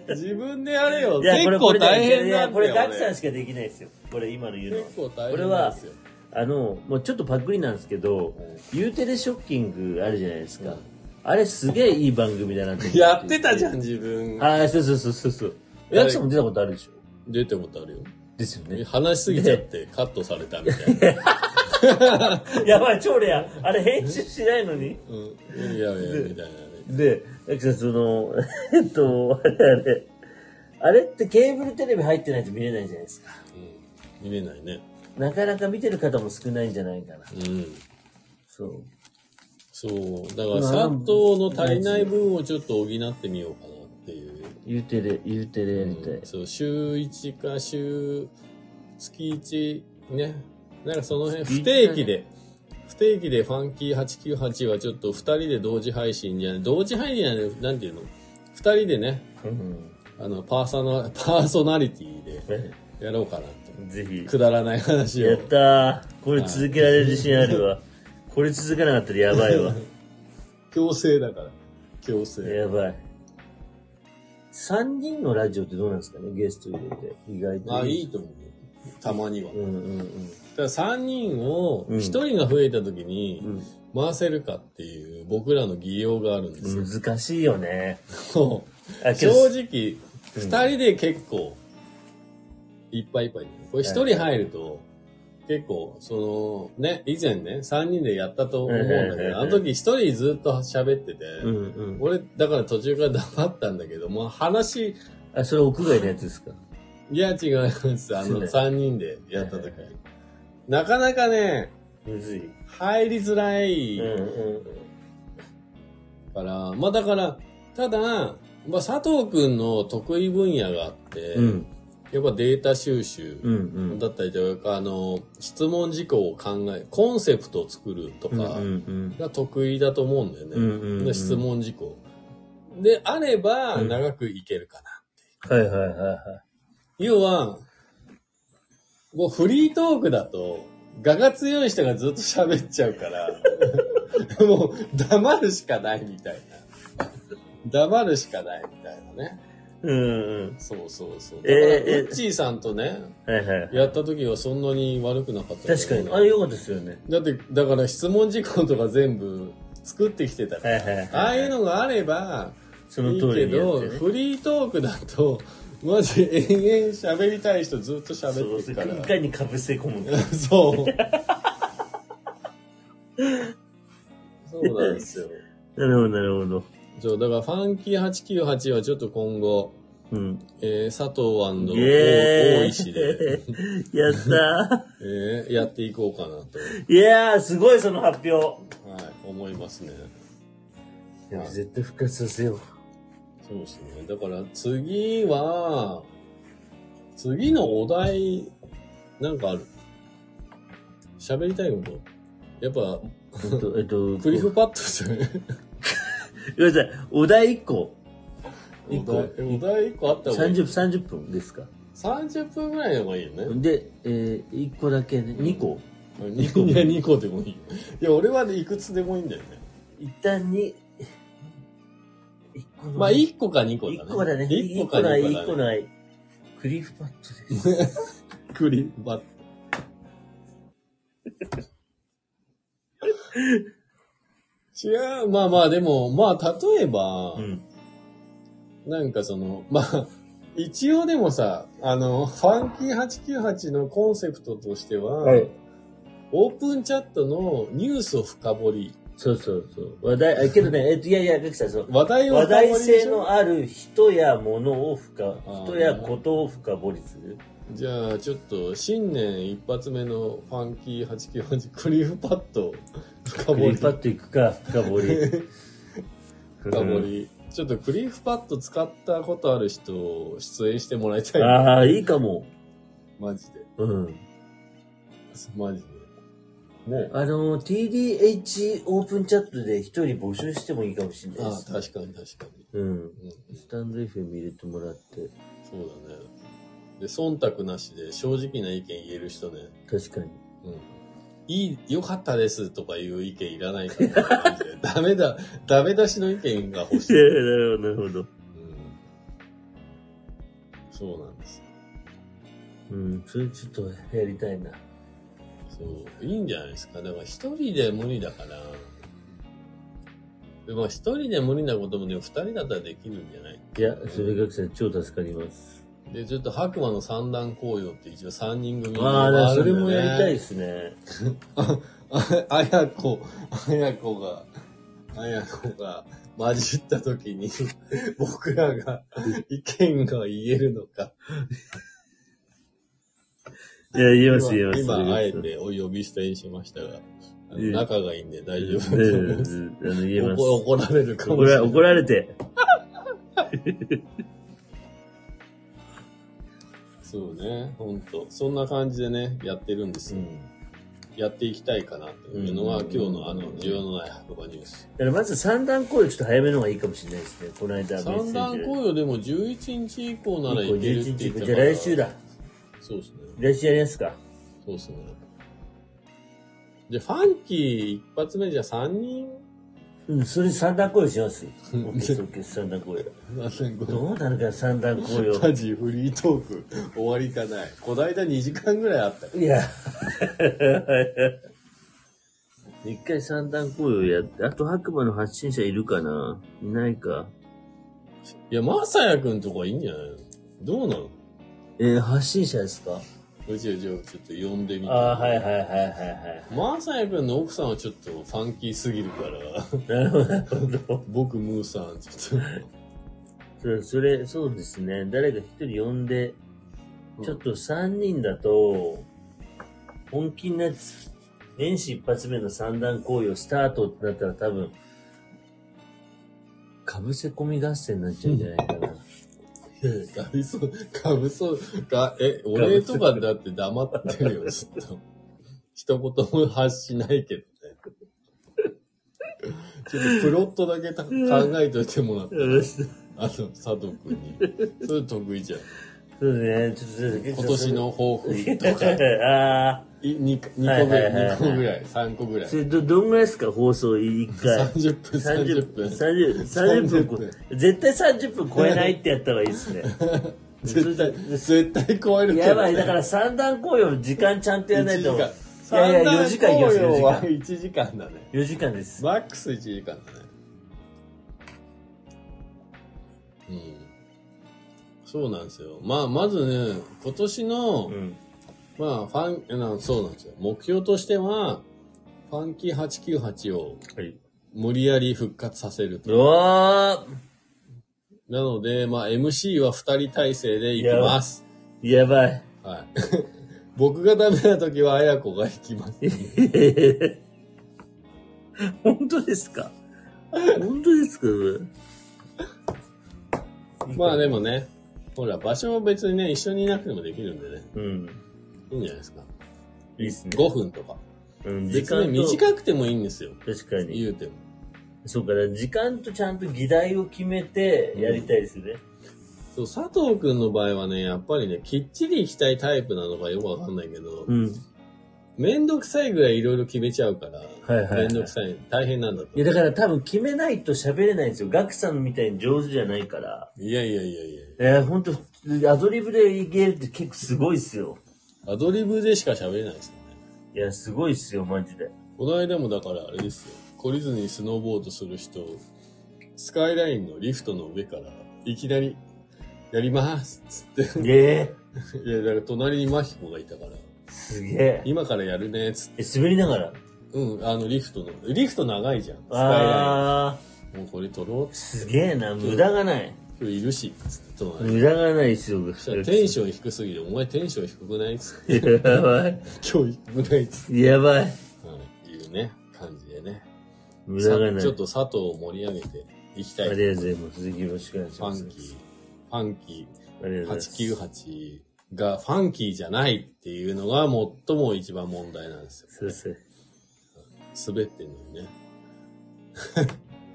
S1: 自分でやれよ。
S2: いや、こ
S1: 結
S2: れ
S1: 構大変
S2: い
S1: な
S2: や
S1: ん
S2: こ
S1: だ
S2: れ、
S1: よ。
S2: ガクさ
S1: 俺
S2: んしかできないですよ。これ、今の言うのは
S1: 結。構大変なんですよ。
S2: あの、もうちょっとパクリなんですけど、ユーテレショッキングあるじゃないですか。
S1: うん
S2: あれ、すげえいい番組だなって思
S1: やってたじゃん、
S2: ん。
S1: 自分。
S2: ああ、そうそうそうそうそう。
S1: 誰
S2: ガクさんも出たことあるでしょ
S1: 出たことあるよ。
S2: ですよね。
S1: 話しすぎちゃってカットされたみたいな。
S2: やばい、超レア。あれ、編集しないのに。
S1: うん。いやいや、みたいなね。
S2: で、ガクさん、その、 えっと、あれあれ、あれってケーブルテレビ入ってないと見れないじゃないですか。
S1: うん。見れないね。
S2: なかなか見てる方も少ないんじゃないかな。
S1: うん。
S2: そう。
S1: そう。だから、砂糖の足りない分をちょっと補ってみようかなっていう。
S2: ユーテレ、ユーテレやりたい。
S1: そう、週1か週、月1、ね。なんかその辺、
S2: 月
S1: 不
S2: 一
S1: 定期で、不定期でファンキー898はちょっと2人で同時配信じゃない、同時配信じゃない、なんていうの ?2 人でね、
S2: うん
S1: あの、パーソナ、 パーソナリティでやろうかなって。
S2: ぜひ。
S1: くだらない話
S2: や
S1: を
S2: っ。たー。これ続けられる自信あるわ。これ続かなかったらやばい わ。
S1: 強制だから。強制。
S2: やばい。3人のラジオってどうなんですかねゲスト入れて。意外と。
S1: あ、い
S2: い。
S1: いと思うよ。たまには。
S2: うんうんうん。
S1: ただ3人を
S2: うん
S1: 1人が増えた時に
S2: うん
S1: 回せるかっていう僕らの技量があるんですよ。
S2: 難しいよね。
S1: そう
S2: あ
S1: 正
S2: けど
S1: 直
S2: うん
S1: 2人で結構いっぱいいっぱい。これ1人入ると結構そのね、以前ね、3人でやったと思うんだ
S2: はいは
S1: け
S2: いはい
S1: ど、
S2: はい
S1: あの時1人ずっと喋ってて、
S2: うんうん。
S1: 俺だから途中から黙ったんだけど、もう話、
S2: あ、それ屋外のやつですか
S1: いや違います。あの
S2: ね
S1: 3人でやった時
S2: はいはい。
S1: なかなかね、
S2: むずい。
S1: 入りづらい。
S2: うんうん。
S1: から、まあだから、ただ、まあ佐藤くんの得意分野があって、
S2: うん
S1: やっぱデータ収集
S2: うんうん。
S1: だったりとか、あの、質問事項を考え、コンセプトを作ると
S2: うんうん
S1: か
S2: うん。
S1: が得意だと思うんだよね。
S2: うんうんうん
S1: で質問事項。で、あれば、
S2: うん
S1: 長くいけるかな。
S2: はいはいはいは
S1: 要は、もうフリートークだと、画が強い人がずっと喋っちゃうから、 もう黙るしかないみたいな。黙るしかないみたいなね。
S2: い。うんうん。
S1: そうそうそう。だ
S2: え
S1: か
S2: ー
S1: ら、
S2: えー
S1: ウッチーさんとね、
S2: はいはい。
S1: やった時はそんなに悪くなかったけど
S2: 確かに。あれ良かったですよね。
S1: だって、だから質問事項とか全部作ってきてたか
S2: は
S1: ら。
S2: いはいはい。
S1: ああいうのがあれば、
S2: その
S1: いい
S2: 通
S1: け
S2: りにや
S1: ど、
S2: ってね。
S1: フリートークだと、マジ延々喋りたい人ずっと
S2: そ
S1: 喋
S2: う
S1: って
S2: そ
S1: る
S2: う
S1: から。
S2: いかにかぶせ込むか。
S1: そう。そうなんですよ。
S2: なるほど、なるほど。
S1: そう、だから、ファンキー898はちょっと今後、
S2: うん。
S1: えー、佐藤
S2: イエーイ
S1: 大石で、
S2: やった
S1: えー、やっていこうかなと、
S2: ー。 いやー、すごいその発表。
S1: はい、思いますね。
S2: でも絶対復活させよう。
S1: そうですね。だから、次は、次のお題、なんかある喋りたいことやっぱ、
S2: えっと、えっと、
S1: クリフパッドじゃない
S2: ごめんなさい、お題1個。一
S1: お
S2: 個
S1: 題、 お題1個あった方がいい。
S2: 30、30分ですか。
S1: 30分ぐらいの方がいいよね。
S2: で、えー、1個だけね、2個。
S1: 2個いや、2個でもいいよ。いや、俺はねいくつでもいいんだよね。
S2: 一旦に、1個の
S1: まあ、1個か2個だね。
S2: 1個だね。
S1: 1
S2: 1
S1: 個
S2: 個
S1: か2個だ
S2: ない、
S1: ね。
S2: 1個ない。クリフパッドです。
S1: クリフパッド。違う、まあまあ、でも、まあ、例えば、
S2: うん。
S1: なんかその、まあ、一応でもさ、あの、ファンキー898のコンセプトとしては、
S2: はい
S1: オープンチャットのニュースを深掘り、
S2: そうそうそう。話題、あけどね、えっと、いやいや、ガキさん、そう。
S1: 話題を
S2: 話
S1: 深掘り
S2: 題
S1: で
S2: 性
S1: しょ
S2: のある人や物を深、
S1: あー
S2: 人やことを深掘りする。
S1: じゃあ、ちょっと、新年一発目のファンキー898クリフパッド深
S2: ク
S1: 掘
S2: リ
S1: り
S2: フ。パッドいくか、深掘り。
S1: 深掘り。ちょっとクリフパッド使ったことある人を出演してもらいた
S2: うん。
S1: い。
S2: ああ、いいかも。
S1: マジで。
S2: うん。
S1: マジで。ね。
S2: あの、TDH オープンチャットで一人募集してもいいかもしれない
S1: あ
S2: で
S1: あ、
S2: す。
S1: 確かに確かに。
S2: うん。
S1: うん
S2: スタンド FM 入れてもらって。
S1: そうだね。で、忖度なしで正直な意見言える人ね。
S2: 確かに。
S1: うん。いい、良かったですとかいう意見いらないから、マジでダメだ、ダメ出しの意見が欲しい。うん。
S2: るほど、なるほど。
S1: そうなんです。
S2: うん、それちょっとやりたいな。
S1: そう。いいんじゃないですか。だから一人で無理だから。でまあ一人で無理なこともね、二人だったらできるんじゃない
S2: いや、それ学生超助かります。
S1: で、ちょっと白馬の三段紅葉って一応三人組
S2: ああ、だからそれもやりたい
S1: い
S2: ですね。
S1: ああやこ、あやこが、あやこが混じった時に、僕らが意見が言えるのか。
S2: いや、言えます、言えます。
S1: 今、あえてお呼び出演しましたが、あの
S2: いえ
S1: 仲がいいんで大丈
S2: う
S1: 夫
S2: ん
S1: だと
S2: う
S1: 思い
S2: ん
S1: ます。
S2: うんあの言えます。
S1: 怒怒られるか
S2: 怒
S1: もしれ
S2: ら
S1: ない。
S2: 怒られて。
S1: そうね、ほんと。そんな感じでね、やってるんですよ。やっていきたいかなっていうのは、
S2: うん
S1: 今日のあの、需要のない白馬ニュース。
S2: だからまず三段行為ちょっと早めの方がいいかもしれないですね。この間メッセージ
S1: 三段
S2: 行
S1: 紅葉でも11日以降ならいけるって言
S2: 11
S1: って
S2: 日。
S1: た
S2: じ
S1: か
S2: ゃあ
S1: ら。
S2: 来週。だ。
S1: そうですね。
S2: 来週やりますか。
S1: そうですね。じゃあ、ファンキー一発目じゃ3人
S2: うん、それ三段行為し ます。
S1: う
S2: オ
S1: ん
S2: ッケーオッケー三段行為。
S1: なんか
S2: どうなるか三段行為
S1: マ
S2: を。
S1: ジフリートーク終わりかない。こないだ2時間ぐらいあったよ。
S2: いや。 一回三段行為をやって、あと白馬の発信者いるかないないか。
S1: いや、まさやくんとかいいんじゃないのどうなの
S2: えー、発信者ですか
S1: うちうちをちょっと呼んでみて。
S2: ああー、はいはいはいはいはい。
S1: まさやくんの奥さんはちょっとファンキーすぎるから、
S2: なるほど、なるほど。
S1: 僕、ムーさん、ちょっ
S2: そうそれ、そうですね。誰か一人呼んで、
S1: と。
S2: ちょっと三人だと、本気になっ年始一発目の三段行為をスタートってなったら多分、かぶせ込み合戦になっちゃうんじゃないか な。
S1: かぶそう、かぶそう、か、え、俺とかだって黙ってるよ、ずっと。一言も発しないけどね。ちょっとプロットだけた考えといてもらって、
S2: そ
S1: あの、佐藤くん に。それ得意じゃん。
S2: うね、ちょっと、
S1: 今年の抱負 とか、
S2: ああ、
S1: い二個二
S2: は
S1: 個
S2: い
S1: ぐ
S2: はい
S1: ら、
S2: はいいはい
S1: 2個ぐらい、3個ぐらい
S2: そ。れど、どんぐらいですか放送一回。
S1: 30分、30分。
S2: 30 30分絶対30分超えないってやった方がいいですね。
S1: 絶対、絶対超えるけど、ね。
S2: やばい、だから三段紅葉の時間ちゃんとやらない
S1: 1
S2: と。い
S1: 時間。
S2: やいや、4時間いきま
S1: 三段
S2: す、
S1: 紅葉は
S2: 4時間。
S1: 1時間だね。
S2: 4時間です。
S1: マックス1時間だね。うん。そうなんですよ。まあ、まずね、今年の、
S2: うん。
S1: まあ、ファンえな、そうなんですよ。目標としては、ファンキー898を
S2: はい。
S1: 無理やり復活させる
S2: う
S1: と。
S2: わー
S1: なので、まあ MC は二人体制で行きます。
S2: やばい。
S1: はい。 僕がダメな時は綾子が行きます。
S2: 本当で すか本当ですか
S1: まあで。もね、ほら、場所も別にね、一緒にいなくてもできるんでね、
S2: うん。
S1: いいんじゃないですか。
S2: いいっすね。
S1: 5分とか。
S2: うん、時
S1: 別
S2: 間
S1: に
S2: と
S1: 短くてもいいんですよ。
S2: 確かに。
S1: 言うても。
S2: そうか、だから時間とちゃんと議題を決めてやりたいですね。
S1: そう、佐藤くんの場合はね、やっぱりね、きっちり行きたいタイプなのかよくわかんないけど、
S2: うん。
S1: めんどくさいぐらいいろいろ決めちゃうから、
S2: はいはいはい
S1: めんどくさい、大変なんだと。
S2: いや、だから多分決めないと喋れないんですよ。ガクさんみたいに上手じゃないから。
S1: いやいやいやいや
S2: えー、ほんと、アドリブでいけるって結構すごいっすよ。
S1: アドリブでしか喋れないですよね。
S2: いや、すごいっすよ、マジで。
S1: この間もだからあれですよ。懲りずにスノーボードする人、スカイラインのリフトの上から、いきなり、やりますっつって。
S2: え
S1: いや、だから隣にマヒコがいたから、
S2: ー、すげえ。
S1: 今からやるねっつって。
S2: え、滑りながら。
S1: うん、あのリフトの、リフト長いじゃん。スカイラ
S2: あ
S1: イン。もうこれ取ろうっ
S2: ー、
S1: つ
S2: すげえな、無駄がない。
S1: って今日いるし、つって隣に
S2: 無駄がないっすよ、ガク
S1: そし
S2: さ
S1: た
S2: ん
S1: らテンション低すぎて、お前テンション低くないっつって。
S2: やばい。
S1: 今日低くないっつっ
S2: やばい。
S1: て。はい、いうね、感じでね。
S2: 無
S1: さ
S2: 駄がない。
S1: ちょっと佐藤を盛り上げていきた
S2: あ
S1: い。
S2: りがとうございます。続きよろしくお願いし
S1: ファ
S2: ます。
S1: ンキー。ファンキ
S2: ありがとう
S1: ー
S2: ございます。
S1: 898がファンキーじゃないっていうのが最も一番問題なんですよ。
S2: そうそう。
S1: 滑ってんのにね。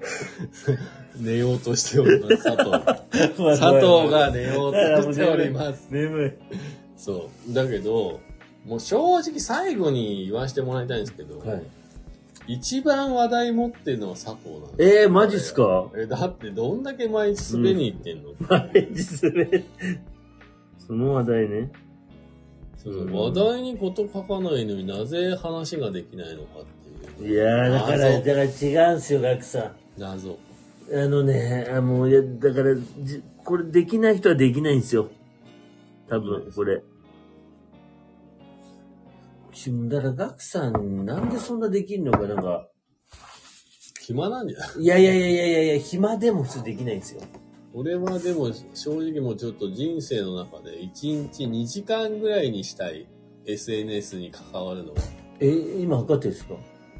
S1: 寝ようとしております、佐藤。佐藤が寝ようとしており ます。
S2: 眠
S1: そう。だけど、もう正直最後に言わせてもらいたいんですけど、
S2: い。はい。
S1: 一番話題持ってるのは佐藤なんですよ
S2: えー、マジっすか
S1: え、だってどんだけ毎日滑りに行ってんの、
S2: 毎日滑る。その話題ね。
S1: そう
S2: うん
S1: 話題にこと書かないのになぜ話ができないのかっていう。
S2: いやー、だから、だから違うんすよ、ガクさん。
S1: 謎。
S2: あのね、あもう、いや、だから、じこれできない人はできないんですよ。多分、これ。ちだから、ガクさん、なんでそんなできんのか、なんか。
S1: 暇なんじゃない
S2: いやいやいやいやいやいや、暇でも普通できないんですよ。
S1: 俺はでも正直もうちょっと人生の中で1日2時間ぐらいにしたい SNS に関わるのは。
S2: え、今測ってるんですか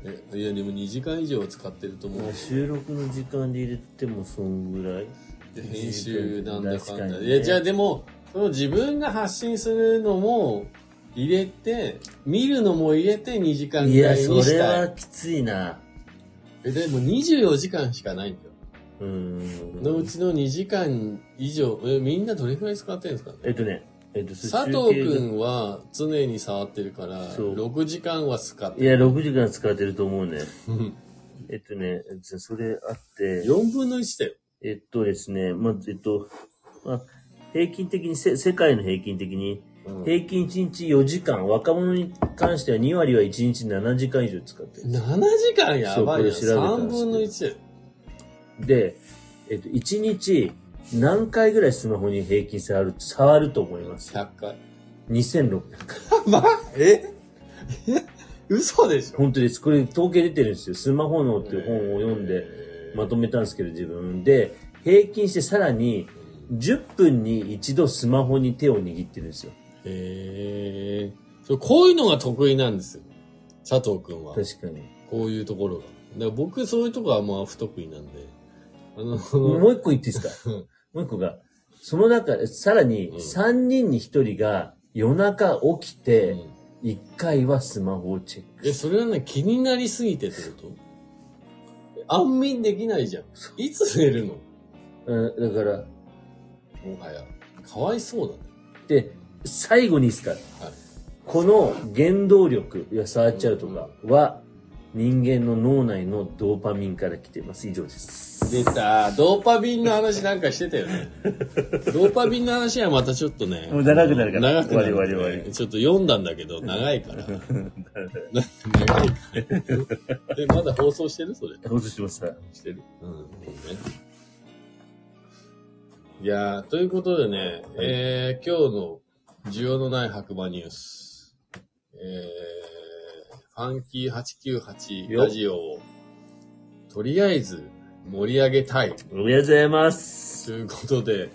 S1: えいやでも2時間以上は使ってると思う。
S2: 収録の時間で入れてもそんぐらい
S1: で編集なんだかんだ。
S2: 確かにね
S1: いやじゃあでも、その自分が発信するのも入れて、見るのも入れて2時間
S2: い
S1: ぐら
S2: や、
S1: い
S2: そ
S1: にし
S2: れ
S1: た。
S2: はいきついな。
S1: えでも24時間しかないんだよ。
S2: うーん。
S1: のうちの2時間以上、えみんなどれくらい使ってるんですかね
S2: えっとね、えっと、
S1: 佐藤くんは常に触ってるから、
S2: そう
S1: 6時間は使って
S2: いや、6時間使ってると思うね。
S1: うん
S2: えっとね、じゃあそれあって、
S1: 4分の1だよ。
S2: えっとですね、まあ、えっと、まあ、平均的にせ、世界の平均的に、平均1日4時間、若者に関しては2割は1日7時間以上使ってる。
S1: 7時間やばいな。
S2: そうこれ調べた
S1: 3
S2: んですけど
S1: 分の1だよ。
S2: で、えっと、1日何回ぐらいスマホに平均触る、触ると思います。
S1: 100回。
S2: 2600回。
S1: ま、ええ嘘でしょ
S2: 本当です。これ統計出てるんですよ。スマホ脳っていう本を読んで
S1: えー
S2: まとめたんですけど、自分で、平均してさらに10分に一度スマホに手を握ってるんですよ。
S1: えー、そうこういうのが得意なんですよ。佐藤くんは。
S2: 確かに。
S1: こういうところが。だから僕そういうとこはまあ不得意なんで。あの、
S2: もう一個言っていいです
S1: う
S2: か
S1: ん
S2: もう一個が、その中で、さら
S1: う
S2: に
S1: ん
S2: 3人に1人が夜中起き
S1: う
S2: て
S1: ん
S2: 1回はスマホをチェック。
S1: え、それはね、気になりすぎてってことえ安眠できないじゃん。いつ寝るの
S2: うん、だから、
S1: もはや。かわいそうだね。
S2: で、最後にいいですか
S1: はい。
S2: この原動力、いや触っちゃうとかは、人間の脳内のドーパミンから来ています。以上です。
S1: 出た。ドーパミンの話なんかしてたよね。ドーパミンの話はまたちょっとね。
S2: もう長くなるから
S1: 長くなる、
S2: 終わり終わり終わ
S1: ちょっと読んだんだけど、長い から。長いから。え、まだ放送してるそれ。
S2: 放送してました。
S1: してる。うん。ね、いやー、ということでね、えー、今日の需要のない白馬ニュース、えー、ファンキー898ラジオをとりあえず盛り上げたい。
S2: おめでとうございます。
S1: ということで、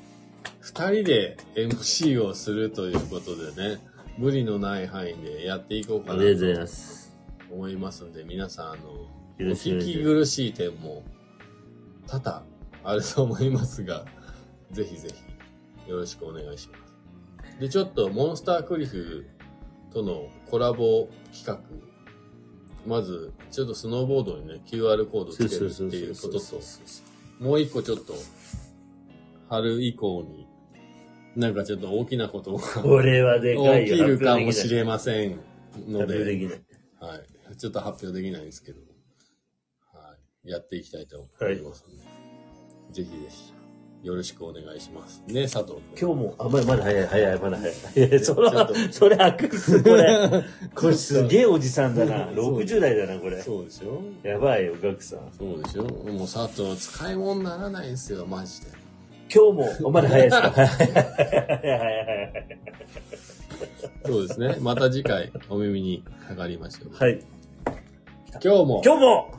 S1: 二人で MC をするということでね、無理のない範囲でやっていこう
S2: お
S1: かな
S2: めでとうござい
S1: と
S2: ます。
S1: 思いますんで、皆さん、あの、お
S2: よろしく
S1: 聞
S2: お願い
S1: き
S2: しま
S1: 苦しい点も多々あると思いますが、ぜひぜひよろしくお願いします。で、ちょっとモンスタークリフとのコラボ企画、まず、ちょっとスノーボードにね、QR コード
S2: す。
S1: つけるっていうことと、もう一個ちょっと、春以降に、なんかちょっと大きなことが
S2: これはでか
S1: 起
S2: いよ。
S1: きるかもしれませんの
S2: 発表で
S1: で、
S2: きない。
S1: はい。ちょっと発表できないんですけど、はい。やっていきたいと思いますので、ぜひぜひ、よろしくお願いします。ね、佐藤
S2: 今日も、あ、まだまだ早い、早い、まだ早い。いや、そ
S1: ちょっと
S2: れ、それ悪質、これ。これす
S1: え。
S2: げえおじさんだな。
S1: そう
S2: 60代だな、これ。
S1: そうでしょ
S2: やばいよ、ガクさん。
S1: そうでしょもう佐藤、使い物にならないんですよ、マジで。
S2: 今日も、まだ早いですかはいはいはいはい。
S1: そうですね。また次回、お耳にかかりましょう。
S2: はい。
S1: 今日も、
S2: 今日も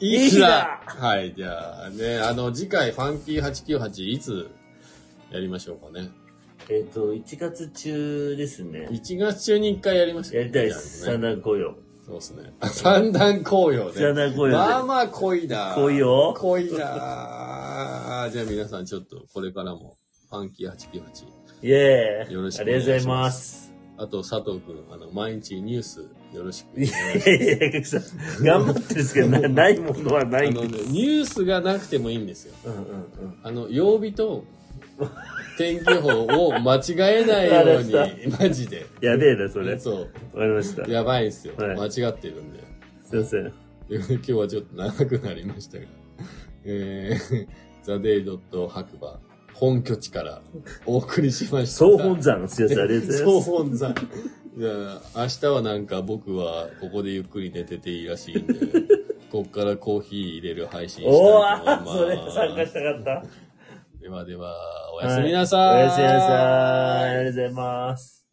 S1: い
S2: い
S1: い
S2: い
S1: 日
S2: 日
S1: だ
S2: だ
S1: はい、じゃあね、あの、次回、ファンキー898、いつやりましょうかね。
S2: えっと、1月中ですね。
S1: 1月中に1回やりましょう。
S2: やりたいです。
S1: じゃあ
S2: 三
S1: ね
S2: 段紅葉。
S1: そうですね。 あ三段紅葉ね。
S2: 三段紅
S1: まあ
S2: 葉
S1: まあ濃いな。
S2: 濃いよ
S1: 濃いな。じゃあ皆さん、ちょっと、これからも、ファンキー898。
S2: で。イェーイ。
S1: よろしく
S2: あ
S1: お
S2: り
S1: 願
S2: が
S1: いします
S2: とうございます。
S1: あと、佐藤くん、あの、毎日ニュース、よろ しくお
S2: い
S1: 願いしま
S2: やい
S1: す。
S2: やいや、ガクさん、頑張ってるんですけど、なないものはな
S1: あ
S2: いん
S1: のね
S2: で、す。
S1: ニュースがなくてもいいんですよ。
S2: うんうんうん。
S1: あの、曜日と天気予報を間違えないよう
S2: わかり
S1: に、マジで。
S2: やべえな、それ。わ
S1: そ
S2: かりました
S1: う。。やばいんすよ。
S2: はい
S1: 間違ってるんで。
S2: すいません。
S1: 今日はちょっと長くなりましたが。えー、 ザ・デイ・ドット・白馬、本拠地からお送りしました。
S2: 総本山、すいません、ありがとうございます
S1: 総。本山。じゃあ、明日はなんか僕はここでゆっくり寝てていいらしいんで、こっからコーヒー入れる配信したいと
S2: お
S1: 思い
S2: わ
S1: ます。
S2: それ参加したかった。
S1: ではでは、おやすみなさーい。
S2: おやすみなさい。ありがとうございます。